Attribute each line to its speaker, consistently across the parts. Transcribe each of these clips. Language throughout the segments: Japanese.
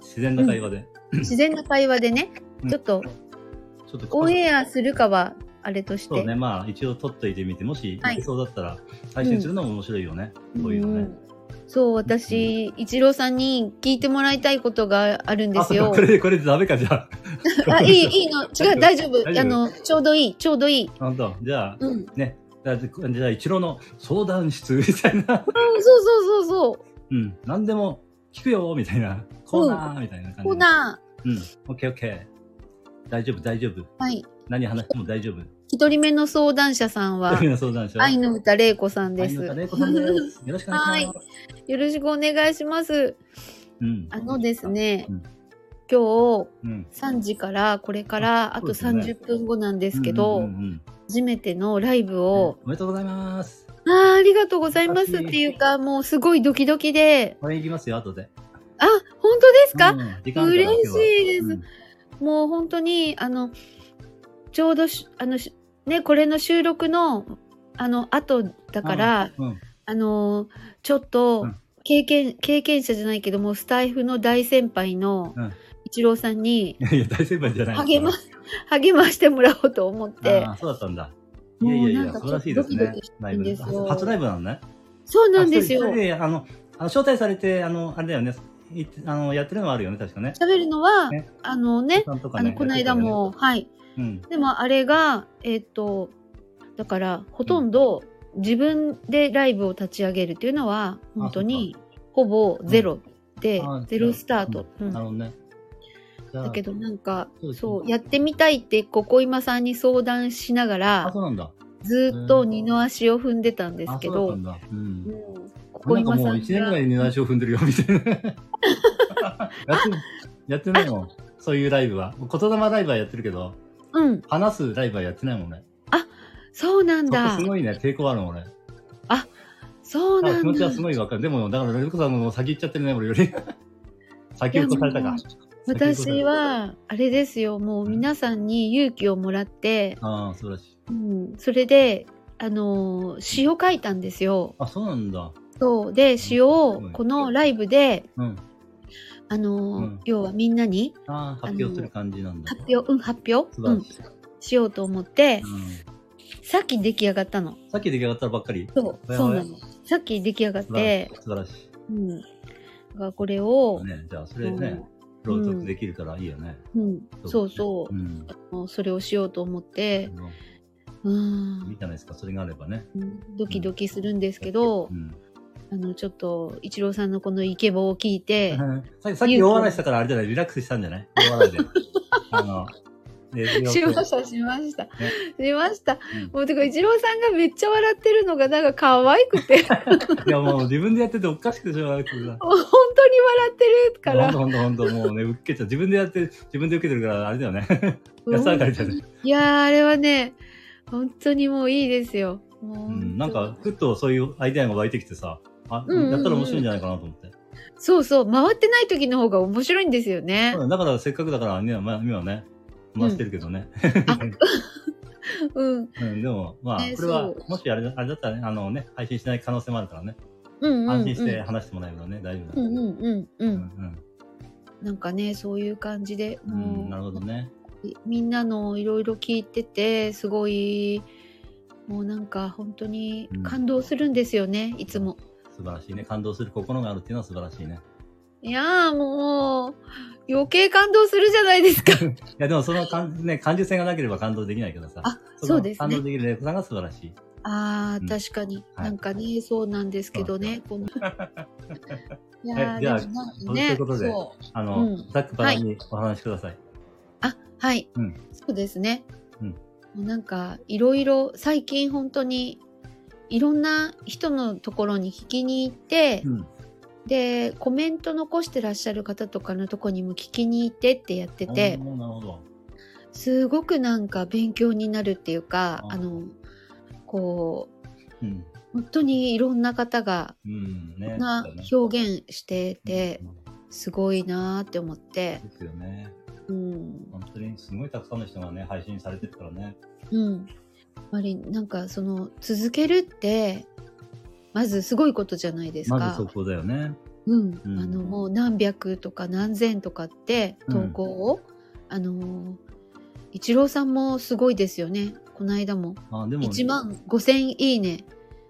Speaker 1: 自然な会話で。
Speaker 2: 自然な会話でね、
Speaker 1: うん
Speaker 2: ちょっと
Speaker 1: ちょっと
Speaker 2: オンエアするかはあれとし
Speaker 1: そう
Speaker 2: て。
Speaker 1: ね、まあ一応撮っといてみて、もし、
Speaker 2: はい
Speaker 1: いけそうだったら、配信するのも面白いよね。こういうの
Speaker 2: う
Speaker 1: ね。
Speaker 2: んそう、私、一郎さんに聞いてもらいたいことがあるんで
Speaker 1: あ、そ
Speaker 2: す
Speaker 1: っか、
Speaker 2: よ
Speaker 1: こ。れで、これでダメか、じゃあ。
Speaker 2: あ、いい、いいの。違う、大丈夫。
Speaker 1: 大丈夫
Speaker 2: あの、ちょうどいい、ちょうどいい。
Speaker 1: 本当じゃあ、
Speaker 2: うん。うん、
Speaker 1: ね。じゃあ、じゃあ一郎の相談室みたい な。
Speaker 2: そうそうそうそう。
Speaker 1: うん。何でも聞くよ、みたいな。コーナー、みたいな感じ。
Speaker 2: コーナ
Speaker 1: ー。うん。オッケーオッケー。大丈夫、大丈夫。
Speaker 2: ー。はい。
Speaker 1: 何話しても大丈夫。
Speaker 2: 一人目の相談者さ んは
Speaker 1: 次、の相談者は
Speaker 2: 愛の歌玲子さんです。
Speaker 1: 愛の歌玲
Speaker 2: よ
Speaker 1: 子さん です。よろしくお願いします。
Speaker 2: ろしくお願いします。
Speaker 1: うん。
Speaker 2: あのです。ね、
Speaker 1: うん
Speaker 2: 今日、
Speaker 1: うん。
Speaker 2: 3時からこれからあと
Speaker 1: そうですね
Speaker 2: 30分後なんですけど、
Speaker 1: うんうんうんうん
Speaker 2: 初めてのライブ
Speaker 1: お
Speaker 2: を、
Speaker 1: めでとうございます。
Speaker 2: あーありがとうございますっ
Speaker 1: 素晴らしい
Speaker 2: ていうかもうすごいドキドキで
Speaker 1: これいきますよ、後で。
Speaker 2: あ本当ですか、
Speaker 1: うん時間あるから
Speaker 2: 嬉
Speaker 1: 今日は
Speaker 2: しいです、
Speaker 1: うん
Speaker 2: もう本当にあのちょうどしあのしねこれの収録のあの後だから、
Speaker 1: うん
Speaker 2: あのちょっと
Speaker 1: うん
Speaker 2: 経験、経験者じゃないけどもスタイフの大先輩の
Speaker 1: うん
Speaker 2: 一郎さんに
Speaker 1: いやいや、大先輩じゃないですから。
Speaker 2: 励ま励ましてもらおうと思って
Speaker 1: ああ、そうだったんだ。い
Speaker 2: も
Speaker 1: や
Speaker 2: う
Speaker 1: いやい
Speaker 2: な
Speaker 1: や、
Speaker 2: んか
Speaker 1: 素
Speaker 2: ち
Speaker 1: 晴
Speaker 2: ょっ
Speaker 1: ら
Speaker 2: と
Speaker 1: しいです
Speaker 2: ド
Speaker 1: ね
Speaker 2: キドキ。
Speaker 1: ラ
Speaker 2: て
Speaker 1: イ
Speaker 2: ん
Speaker 1: ブ
Speaker 2: ですよ
Speaker 1: 初初ライブなのね。
Speaker 2: そうなんですよ
Speaker 1: あそういやいやあの、あの招待されて、あの、あれだよね。いあの、やってるのはあるよね、確かね。
Speaker 2: 喋るのは、
Speaker 1: ね
Speaker 2: あのね
Speaker 1: さんとか
Speaker 2: あ
Speaker 1: ね
Speaker 2: のこの間。も、はい
Speaker 1: やってたよね
Speaker 2: でもあれがえっ、とだからほとんど自分でライブを立ち上げるっていうの
Speaker 1: あ
Speaker 2: は本当にほぼゼロで、
Speaker 1: うんあ
Speaker 2: ゼロスタート、
Speaker 1: う。
Speaker 2: うんん
Speaker 1: なるほどね。じゃあ
Speaker 2: だけどなんか
Speaker 1: そうですね
Speaker 2: そうやってみたいってここ今さんに相談しなが
Speaker 1: あ、
Speaker 2: ら
Speaker 1: そうなんだ。
Speaker 2: ずーっと二の足を踏んでたんですけ
Speaker 1: あそうだ
Speaker 2: ど
Speaker 1: ったんだ。うん。
Speaker 2: うんここ
Speaker 1: なんか
Speaker 2: 今
Speaker 1: も
Speaker 2: さ
Speaker 1: うん1年ぐ
Speaker 2: が
Speaker 1: らいに足を踏んでるよ、みたい な。やって、やってないもん。そういうライブは。言霊ライブはやってるけど、
Speaker 2: うん
Speaker 1: 話すライブはやってないもんね。
Speaker 2: そうなん
Speaker 1: そこ
Speaker 2: だ
Speaker 1: すごいね、抵抗あるもんね。
Speaker 2: そう
Speaker 1: あ
Speaker 2: な
Speaker 1: 気持
Speaker 2: ん
Speaker 1: ち
Speaker 2: だ
Speaker 1: はすごいわかる。でも、だから、ルコさんの先行っちゃってるね、俺よ り。先を越された
Speaker 2: いやも
Speaker 1: か
Speaker 2: う。
Speaker 1: 先を越され
Speaker 2: 私
Speaker 1: た。
Speaker 2: はあれですよもう皆さんに勇気をもらって、
Speaker 1: ああ、素晴らしい。
Speaker 2: うん、それであのー詩を書いたんですよ。
Speaker 1: あ、そうなんだ。
Speaker 2: そうで詩を
Speaker 1: うん
Speaker 2: このライブで
Speaker 1: うん。
Speaker 2: あのー、
Speaker 1: うん
Speaker 2: 要はみんなに
Speaker 1: ああ、発表する感じなんだ。
Speaker 2: 発表うん発表、
Speaker 1: 素
Speaker 2: う
Speaker 1: 晴ら
Speaker 2: ん、
Speaker 1: しい。
Speaker 2: しようと思って
Speaker 1: うん
Speaker 2: さっき出来上がったの。
Speaker 1: さっき出来上がったばっかり。
Speaker 2: そう
Speaker 1: や
Speaker 2: そ
Speaker 1: ば
Speaker 2: う
Speaker 1: い
Speaker 2: なの。さっき出来上がっ
Speaker 1: 素晴
Speaker 2: て
Speaker 1: らしい。素晴らし
Speaker 2: うん。だからこれを
Speaker 1: い。、ね、じゃあ、そ
Speaker 2: そ
Speaker 1: れ
Speaker 2: う
Speaker 1: ね、朗読できるからいいよね。。
Speaker 2: うん、そうそう
Speaker 1: うん。
Speaker 2: う、それをしようと思って、う
Speaker 1: いい
Speaker 2: ん、
Speaker 1: じゃないですか、それがあればね。
Speaker 2: ドキドキするんですけど
Speaker 1: う、ん。
Speaker 2: あの、ちょっと、一郎さんのこのイケボを聞 いて、
Speaker 1: さっきさっき大笑いしたから、あれじゃない、リラックスしたんじゃない大笑い で。あの、で
Speaker 2: しました、しました。しました。
Speaker 1: うん
Speaker 2: もう、てか、一郎さんがめっちゃ笑ってるのが、なんか可愛くて、 本
Speaker 1: いやもう自分でやってておかしくてしょうがなくてさ。
Speaker 2: 当に笑ってるから。
Speaker 1: ほんとほんとほんと、もうね、受けちゃう。自分でやって、自分で受けてるから、あれだよね。安上がりだね。
Speaker 2: いやー、あれはね、本当にもういいですよ。
Speaker 1: う
Speaker 2: もう、
Speaker 1: ん、なんか、ふっとそういうアイデアが湧いてきてさ、あ、
Speaker 2: うんうんうん
Speaker 1: やったら面白いんじゃないかなと思って。
Speaker 2: そうそう、回ってない時の方が面白いんですよね。
Speaker 1: だから、せっかくだから、ね、まあ、今はね、回してるけどね。
Speaker 2: うん、
Speaker 1: うん、でも、まあ、
Speaker 2: ね
Speaker 1: これは
Speaker 2: そ、
Speaker 1: もしあれあれだったらね、あのね、配信しない可能性もあるからね、
Speaker 2: うん、うん。
Speaker 1: 安心して。話してもらえればね、大丈夫
Speaker 2: う
Speaker 1: だ。
Speaker 2: ん、うん、うん、う。
Speaker 1: うんん、
Speaker 2: なんかね、そういう感じで、
Speaker 1: う
Speaker 2: もう。
Speaker 1: ん、なるほどね。
Speaker 2: みんなのいろいろ聞いててすごいもうなんか本当に感動するんですよね、いつも。
Speaker 1: 素晴らしいね。感動する心があるっていうのは素晴らしいね。
Speaker 2: いやーもう余計感動するじゃないですか。
Speaker 1: いや、でもその感,、ね、感受性がなければ感動できないからさ。
Speaker 2: あ
Speaker 1: の
Speaker 2: そうですね
Speaker 1: 感動できるレイコさんが素晴らしい。
Speaker 2: あ
Speaker 1: うん
Speaker 2: ー確かに、
Speaker 1: はい
Speaker 2: なんかねそうなんですけどね。この いや
Speaker 1: は
Speaker 2: ー
Speaker 1: いじゃあ
Speaker 2: でもなんか
Speaker 1: そういうことで
Speaker 2: そう
Speaker 1: あの、
Speaker 2: うん
Speaker 1: ざっくばらんにお話しください。
Speaker 2: あはい、
Speaker 1: うん
Speaker 2: そうですね。
Speaker 1: うん
Speaker 2: もうなんかいろいろ最近本当にいろんな人のところに聞きに行って、
Speaker 1: うん。
Speaker 2: でコメント残してらっしゃる方とかのとこにも聞きに行ってってやってて
Speaker 1: おーなるほど。
Speaker 2: すごくなんか勉強になるっていうか
Speaker 1: あー
Speaker 2: あのこう
Speaker 1: うん。
Speaker 2: 本当にいろんな方が
Speaker 1: うん。ね。
Speaker 2: な
Speaker 1: そうだね
Speaker 2: 表現してて
Speaker 1: うん
Speaker 2: すごいなーって思って、
Speaker 1: ですよね。
Speaker 2: うん
Speaker 1: 本当にすごいたくさんの人がね、配信されてるからね。
Speaker 2: うん、やっぱりなんかその続けるってまずすごいことじゃないです
Speaker 1: まず
Speaker 2: か
Speaker 1: そ。こだよね。
Speaker 2: うん、
Speaker 1: うん
Speaker 2: あのもう何百とか何千とかって投稿を、あのイチローさんもすごいですよねこの間も
Speaker 1: あでも、
Speaker 2: 1万5000いいね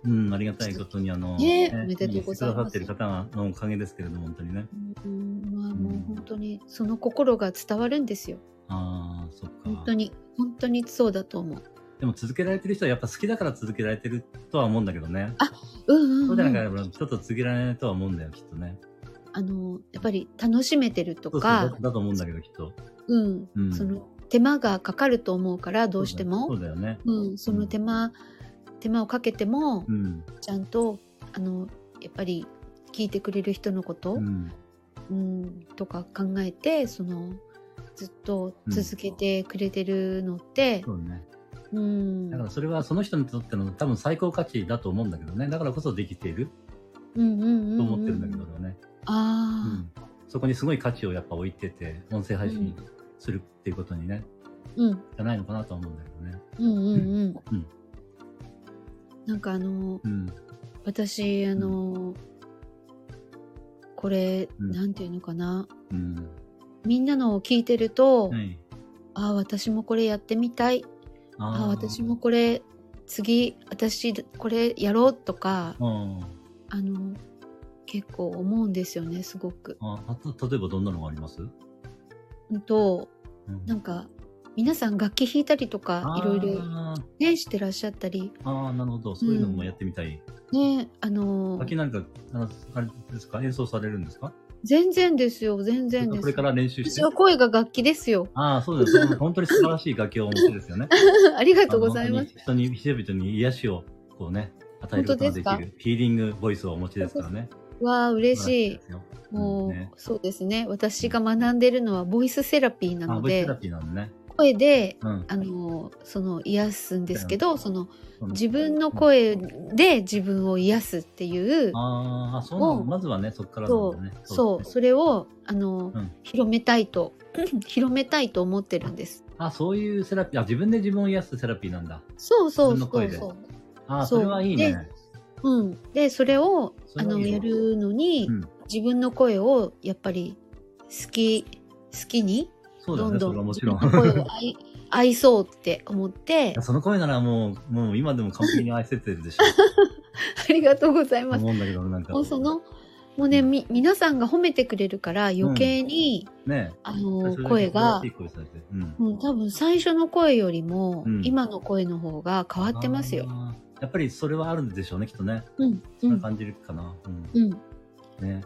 Speaker 1: うん、ありがたいことに、あの、
Speaker 2: ねえ
Speaker 1: ね
Speaker 2: おめでとうございます
Speaker 1: 見に来てくださってる方のおかげですけれども、本当にね。
Speaker 2: うんまあ
Speaker 1: うん
Speaker 2: もう本当にその心が伝わるんですよ
Speaker 1: ああ、そっか。
Speaker 2: 本当に本当にそうだと思う
Speaker 1: でも続けられてる人はやっぱ好きだから続けられてるとは思うんだけどね。
Speaker 2: うん、
Speaker 1: そううんじ
Speaker 2: う
Speaker 1: ゃ
Speaker 2: ん
Speaker 1: なければちょっと続けられないとは思うんだよ、きっとね。
Speaker 2: あのやっぱり楽しめてる
Speaker 1: そ
Speaker 2: と
Speaker 1: うそう
Speaker 2: か
Speaker 1: だだと思うんだけど、きっと。
Speaker 2: うん
Speaker 1: うん
Speaker 2: その手間がかかると思うからどうして
Speaker 1: そ
Speaker 2: も
Speaker 1: うだよね。
Speaker 2: うん、その手間手間をかけても、
Speaker 1: うん。
Speaker 2: ちゃんとあのやっぱり聞いてくれる人のこと、
Speaker 1: う
Speaker 2: うん
Speaker 1: ん。
Speaker 2: とか考えてそのずっと続けてくれてるのって、
Speaker 1: そうね。
Speaker 2: うん
Speaker 1: だからそれはその人にとっての多分最高価値だと思うんだけどね。だからこそできている
Speaker 2: うんうんうん
Speaker 1: と思ってるんだけ
Speaker 2: う
Speaker 1: ど俺はね。う
Speaker 2: あ
Speaker 1: ん。そこにすごい価値をやっぱ置いてて、音声配信するっていうことにね、
Speaker 2: あ、うん、
Speaker 1: じゃないのかなとは思うんだけどね。
Speaker 2: うんうんうん
Speaker 1: うん
Speaker 2: なんかあの
Speaker 1: うん。
Speaker 2: 私あの、これ、
Speaker 1: うん
Speaker 2: なんていうのかな
Speaker 1: うん。
Speaker 2: みんなのを聞いてると、
Speaker 1: はい。
Speaker 2: ああ私もこれやってみたい
Speaker 1: あー
Speaker 2: あ私も。これ次私これやろうとか
Speaker 1: うん。
Speaker 2: あの結構思うんですよねすごく。
Speaker 1: あた例えばどんなのがあります、う
Speaker 2: うんと
Speaker 1: ん
Speaker 2: なんか皆さん楽器弾いたりとかいろいろ
Speaker 1: あー
Speaker 2: ねしてらっしゃったり
Speaker 1: あー、なるほど。そういうのもやってみたい。
Speaker 2: ねあの
Speaker 1: 先なんか、あのあれですか演奏されるんですか
Speaker 2: 全然ですよ全然で
Speaker 1: これ
Speaker 2: す
Speaker 1: から練習して
Speaker 2: 私。は声が楽器ですよ
Speaker 1: ああ、そうです。本当に素晴らしい楽器をお持ちですよね。あり
Speaker 2: ありがとうございます。
Speaker 1: 人に、人々に癒しを、こうね、与えることができ
Speaker 2: 本当で
Speaker 1: る、ヒーリングボイスをお持ちですからね。
Speaker 2: わあ嬉しい
Speaker 1: 素晴らですようん
Speaker 2: もう、
Speaker 1: ね
Speaker 2: そうですね私が学んでるのはボイスセラピーな
Speaker 1: あ、
Speaker 2: の
Speaker 1: ボイス
Speaker 2: で
Speaker 1: セラピーなのね。
Speaker 2: 声で
Speaker 1: うん。
Speaker 2: あのその癒すんですけどその
Speaker 1: そうね
Speaker 2: 自分の声で自分を癒すっていう
Speaker 1: あーあ、そうな
Speaker 2: を
Speaker 1: の。まずはね、そこからなんだね。
Speaker 2: そう
Speaker 1: ですね
Speaker 2: それをあの、
Speaker 1: うん
Speaker 2: 広めたいと 広めたいと思ってるんです
Speaker 1: あ、そういうセラピー、あ、自分で自分を癒すセラピーなんだ。
Speaker 2: そうそう
Speaker 1: 自
Speaker 2: そ
Speaker 1: 分の声
Speaker 2: う
Speaker 1: で
Speaker 2: そう
Speaker 1: あー、
Speaker 2: そう
Speaker 1: それはいいね。
Speaker 2: うん、でそれを
Speaker 1: そ
Speaker 2: あ
Speaker 1: れはい
Speaker 2: の
Speaker 1: いね
Speaker 2: やるのに、
Speaker 1: うん。
Speaker 2: 自分の声をやっぱり好き好きに
Speaker 1: そうだよ
Speaker 2: どん
Speaker 1: ね、
Speaker 2: ど
Speaker 1: それは
Speaker 2: ん
Speaker 1: もち
Speaker 2: 自
Speaker 1: ろん。
Speaker 2: 分の声を愛愛そうって思っ て
Speaker 1: いやその声ならもう、もう今でも完璧に愛せてる でしょ。
Speaker 2: ありがとうございます
Speaker 1: 思うんだけど、なんか。
Speaker 2: もうそのもうねみ皆さんが褒めてくれるから余計に、
Speaker 1: ねえ
Speaker 2: あの
Speaker 1: それだけ
Speaker 2: 声
Speaker 1: 素晴
Speaker 2: が
Speaker 1: らしい声されてるうん
Speaker 2: うん、多分最初の声よりも、
Speaker 1: うん
Speaker 2: 今の声の方が変わってますよ。
Speaker 1: あーやっぱりそれはあるんでしょうね、きっとね。
Speaker 2: うん、う
Speaker 1: それ
Speaker 2: ん、
Speaker 1: 感じるかな。うん。
Speaker 2: うん。
Speaker 1: ね。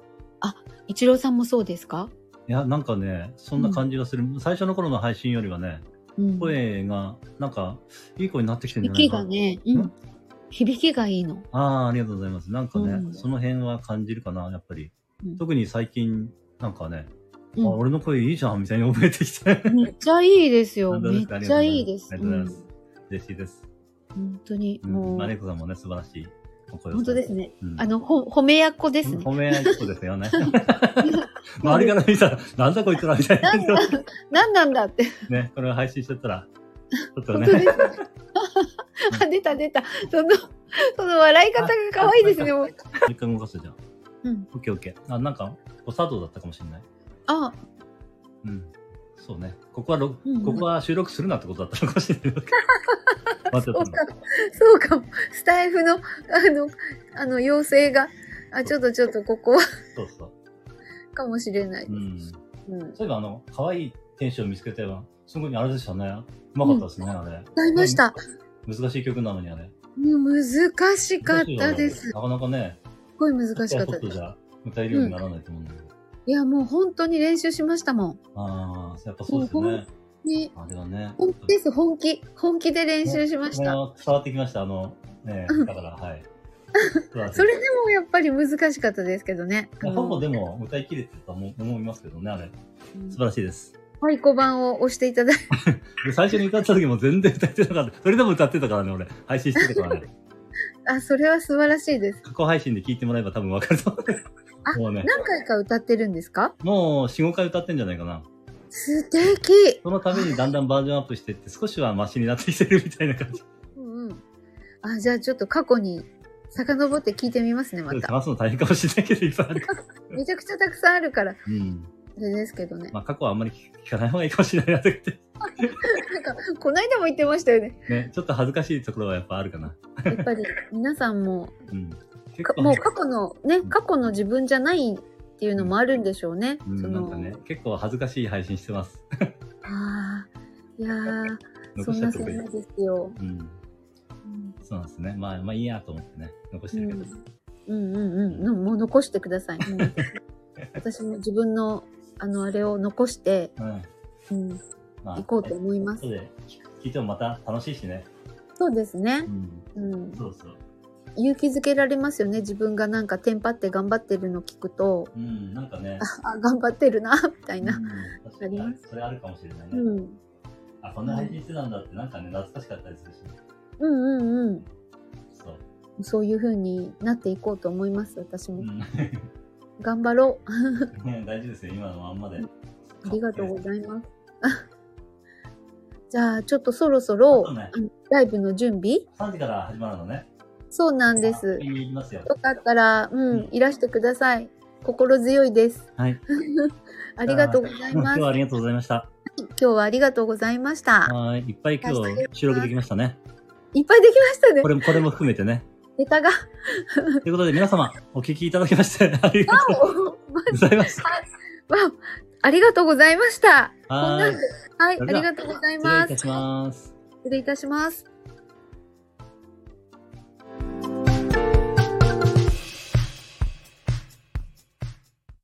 Speaker 2: 一郎さんもそうですか？
Speaker 1: いや、なんかね、そんな感じがする。最初の頃の配信よりはね、
Speaker 2: うん、
Speaker 1: 声が、なんか、いい声になってきてるん
Speaker 2: 響
Speaker 1: じ
Speaker 2: き
Speaker 1: ゃな
Speaker 2: が
Speaker 1: いかな。
Speaker 2: ね、うん、響きがいいの。
Speaker 1: ああ、ありがとうございます。なんかね、
Speaker 2: うん
Speaker 1: その辺は感じるかな、やっぱり。
Speaker 2: うん
Speaker 1: 特に最近、なんかね、
Speaker 2: うん
Speaker 1: あ、俺の声いいじゃん、みたいに覚えてきて。
Speaker 2: めっちゃいいですよ。
Speaker 1: 本当
Speaker 2: め
Speaker 1: で
Speaker 2: っ
Speaker 1: すか
Speaker 2: ちゃいいです。
Speaker 1: ありが
Speaker 2: う
Speaker 1: とうござい
Speaker 2: ん
Speaker 1: ます。嬉しいです。
Speaker 2: 本当に
Speaker 1: うん
Speaker 2: もう
Speaker 1: マレコさんもね、素晴らしいお声を
Speaker 2: 本当です
Speaker 1: ね。
Speaker 2: ね。
Speaker 1: うん
Speaker 2: あのほ褒めやっこですね。
Speaker 1: 褒め合いっ子ですよ ね。 周りから見たら、なんだこいつらみたいな。
Speaker 2: なんだ何なんだって。
Speaker 1: ね、これを配信しちゃったら、ちょっと
Speaker 2: 本当で
Speaker 1: ね。
Speaker 2: すね。あ出た出た。そのその笑い方が可愛いですね。もう
Speaker 1: 一回動かすじゃん。
Speaker 2: うん。
Speaker 1: オッケーオッケー。あ、なんか、お砂糖だったかもしれない。
Speaker 2: あ
Speaker 1: うん。そうね。ここは録、
Speaker 2: うんうん
Speaker 1: ここは収録するなってことだったのかもし れない。待って
Speaker 2: そう
Speaker 1: た
Speaker 2: かそうかも。スタイフの、あの、あの、要請が、あ、ちょっとちょっとここは
Speaker 1: そうそう。
Speaker 2: かもしれないで
Speaker 1: うん。
Speaker 2: す。
Speaker 1: そ
Speaker 2: うん。
Speaker 1: ういえば、あの、可愛い天使を見つけたよ。すごいあれでしたね。うまかったですね、あれ。
Speaker 2: 歌いました。
Speaker 1: 難しい曲なのにあれ。
Speaker 2: もう難しかったです。す
Speaker 1: なかなかね、
Speaker 2: ごい難しかっ
Speaker 1: ち
Speaker 2: た
Speaker 1: ょっと
Speaker 2: で
Speaker 1: じ
Speaker 2: す。
Speaker 1: ゃ歌えるようにならないと思うんだけど。
Speaker 2: いや、もう本当に練習しましたもん。
Speaker 1: ああ、やっぱそうですよね。
Speaker 2: ね、
Speaker 1: あれはね。
Speaker 2: 本気です、本気。本気で練習しまし
Speaker 1: これ
Speaker 2: た。
Speaker 1: は伝わってきました。あの、ね
Speaker 2: うん、
Speaker 1: だから、 はい。
Speaker 2: それでもやっぱり難しかったですけどね。あ
Speaker 1: も、ほぼ
Speaker 2: の
Speaker 1: でも歌い切れてたと思思いますけどね、あれ。
Speaker 2: うん
Speaker 1: 素晴らしいです。
Speaker 2: 太鼓判を押していただいて。
Speaker 1: で最初に歌った時も全然歌ってなかった。それでも歌ってたからね、俺。配信してたから ね。
Speaker 2: あ、それは素晴らしいです。
Speaker 1: 過去配信で聞いてもらえば多分わかると思
Speaker 2: あ
Speaker 1: う。もうね、
Speaker 2: 何回か歌ってるんですか
Speaker 1: もう4、5回歌ってんじゃないかな。
Speaker 2: 素敵
Speaker 1: そのためにだんだんバージョンアップしてって、少しはマシになってきてるみたいな感じ。
Speaker 2: うんうん。あ、じゃあちょっと過去に遡って聞いてみます ね、また。
Speaker 1: 探すの大変かもしれないけど、いっぱいあるから。
Speaker 2: めちゃくちゃたくさんあるから、
Speaker 1: うん。
Speaker 2: あれですけどね。
Speaker 1: まあ、過去はあんまり聞聞かない方がいいかもしれないなとか言っ
Speaker 2: なんか、こないだも言ってましたよね。
Speaker 1: て。 ね、ちょっと恥ずかしいところはやっぱあるかな。
Speaker 2: やっぱり、皆さんも、
Speaker 1: うん。結
Speaker 2: か
Speaker 1: 構
Speaker 2: もう
Speaker 1: ね、
Speaker 2: 過去の、ね、過去の自分じゃないっていうのもあるんでしょうね。
Speaker 1: う
Speaker 2: そ
Speaker 1: ん、な
Speaker 2: の
Speaker 1: んかね、結構恥ずかしい配信してます。
Speaker 2: ああ、いやー、
Speaker 1: 残
Speaker 2: そ
Speaker 1: し
Speaker 2: ん
Speaker 1: ちゃっ
Speaker 2: な
Speaker 1: た
Speaker 2: そ
Speaker 1: こと
Speaker 2: ん
Speaker 1: いい
Speaker 2: な。ですよ。
Speaker 1: うん。
Speaker 2: うん
Speaker 1: そうなんですね。まあ、まあいいやと思ってね、残して
Speaker 2: う
Speaker 1: る
Speaker 2: ん
Speaker 1: けど。
Speaker 2: うんうんうん。もう残してく ださい。もう私も自分の、あの、あれを残して、
Speaker 1: うん。
Speaker 2: うん、
Speaker 1: まあ、
Speaker 2: 行こうと思います
Speaker 1: 後。で聞いてもまた楽しいしね。
Speaker 2: そうです
Speaker 1: う
Speaker 2: ね。
Speaker 1: ん。
Speaker 2: うん。
Speaker 1: そうそう。
Speaker 2: 勇気づけられますよね。自分がなんかテンパって頑張ってるの聞くと、
Speaker 1: うん、なんかね。
Speaker 2: あ、頑張ってるな、みたいな
Speaker 1: う。ん確かに
Speaker 2: ありま
Speaker 1: それあるかもしれないうね。
Speaker 2: ん。
Speaker 1: あ、こんな配信してたんだって、なんかね、懐かしかったりするしね。
Speaker 2: うんうんう
Speaker 1: そう。
Speaker 2: ん。そういう風になっていこうと思います。私
Speaker 1: う
Speaker 2: も。
Speaker 1: ん。
Speaker 2: 頑張ろう。
Speaker 1: ね大丈夫ですよ、今のまんまで。
Speaker 2: ありがとうご
Speaker 1: す。
Speaker 2: ざいます。 じゃあ、ちょっとそろそろ、
Speaker 1: そうね
Speaker 2: あのライブの準備
Speaker 1: 3時から始まるのね。
Speaker 2: そうなんです。
Speaker 1: 見に行きますよ。
Speaker 2: よかったら、う
Speaker 1: うん
Speaker 2: ん、いらしてください。心強いです。
Speaker 1: はい。
Speaker 2: ありがとうござい
Speaker 1: 今
Speaker 2: ます。
Speaker 1: 日は
Speaker 2: 今
Speaker 1: ありがとうございました。
Speaker 2: 日はありがとうございました。
Speaker 1: はい。いっぱい今日収録できましたね。
Speaker 2: いっぱいできましたね
Speaker 1: こ。れも、これも含めてね。
Speaker 2: ネタ が。
Speaker 1: ということで皆様、お聞きいただきまして、ありがと
Speaker 2: ま
Speaker 1: うございます。
Speaker 2: わありがとうございました。こん
Speaker 1: は
Speaker 2: な
Speaker 1: ー
Speaker 2: ん
Speaker 1: い
Speaker 2: で。はい、あ
Speaker 1: それ
Speaker 2: り
Speaker 1: では
Speaker 2: がとうござい
Speaker 1: 失礼
Speaker 2: ま
Speaker 1: いた
Speaker 2: す
Speaker 1: し。ます。
Speaker 2: 失礼いたします。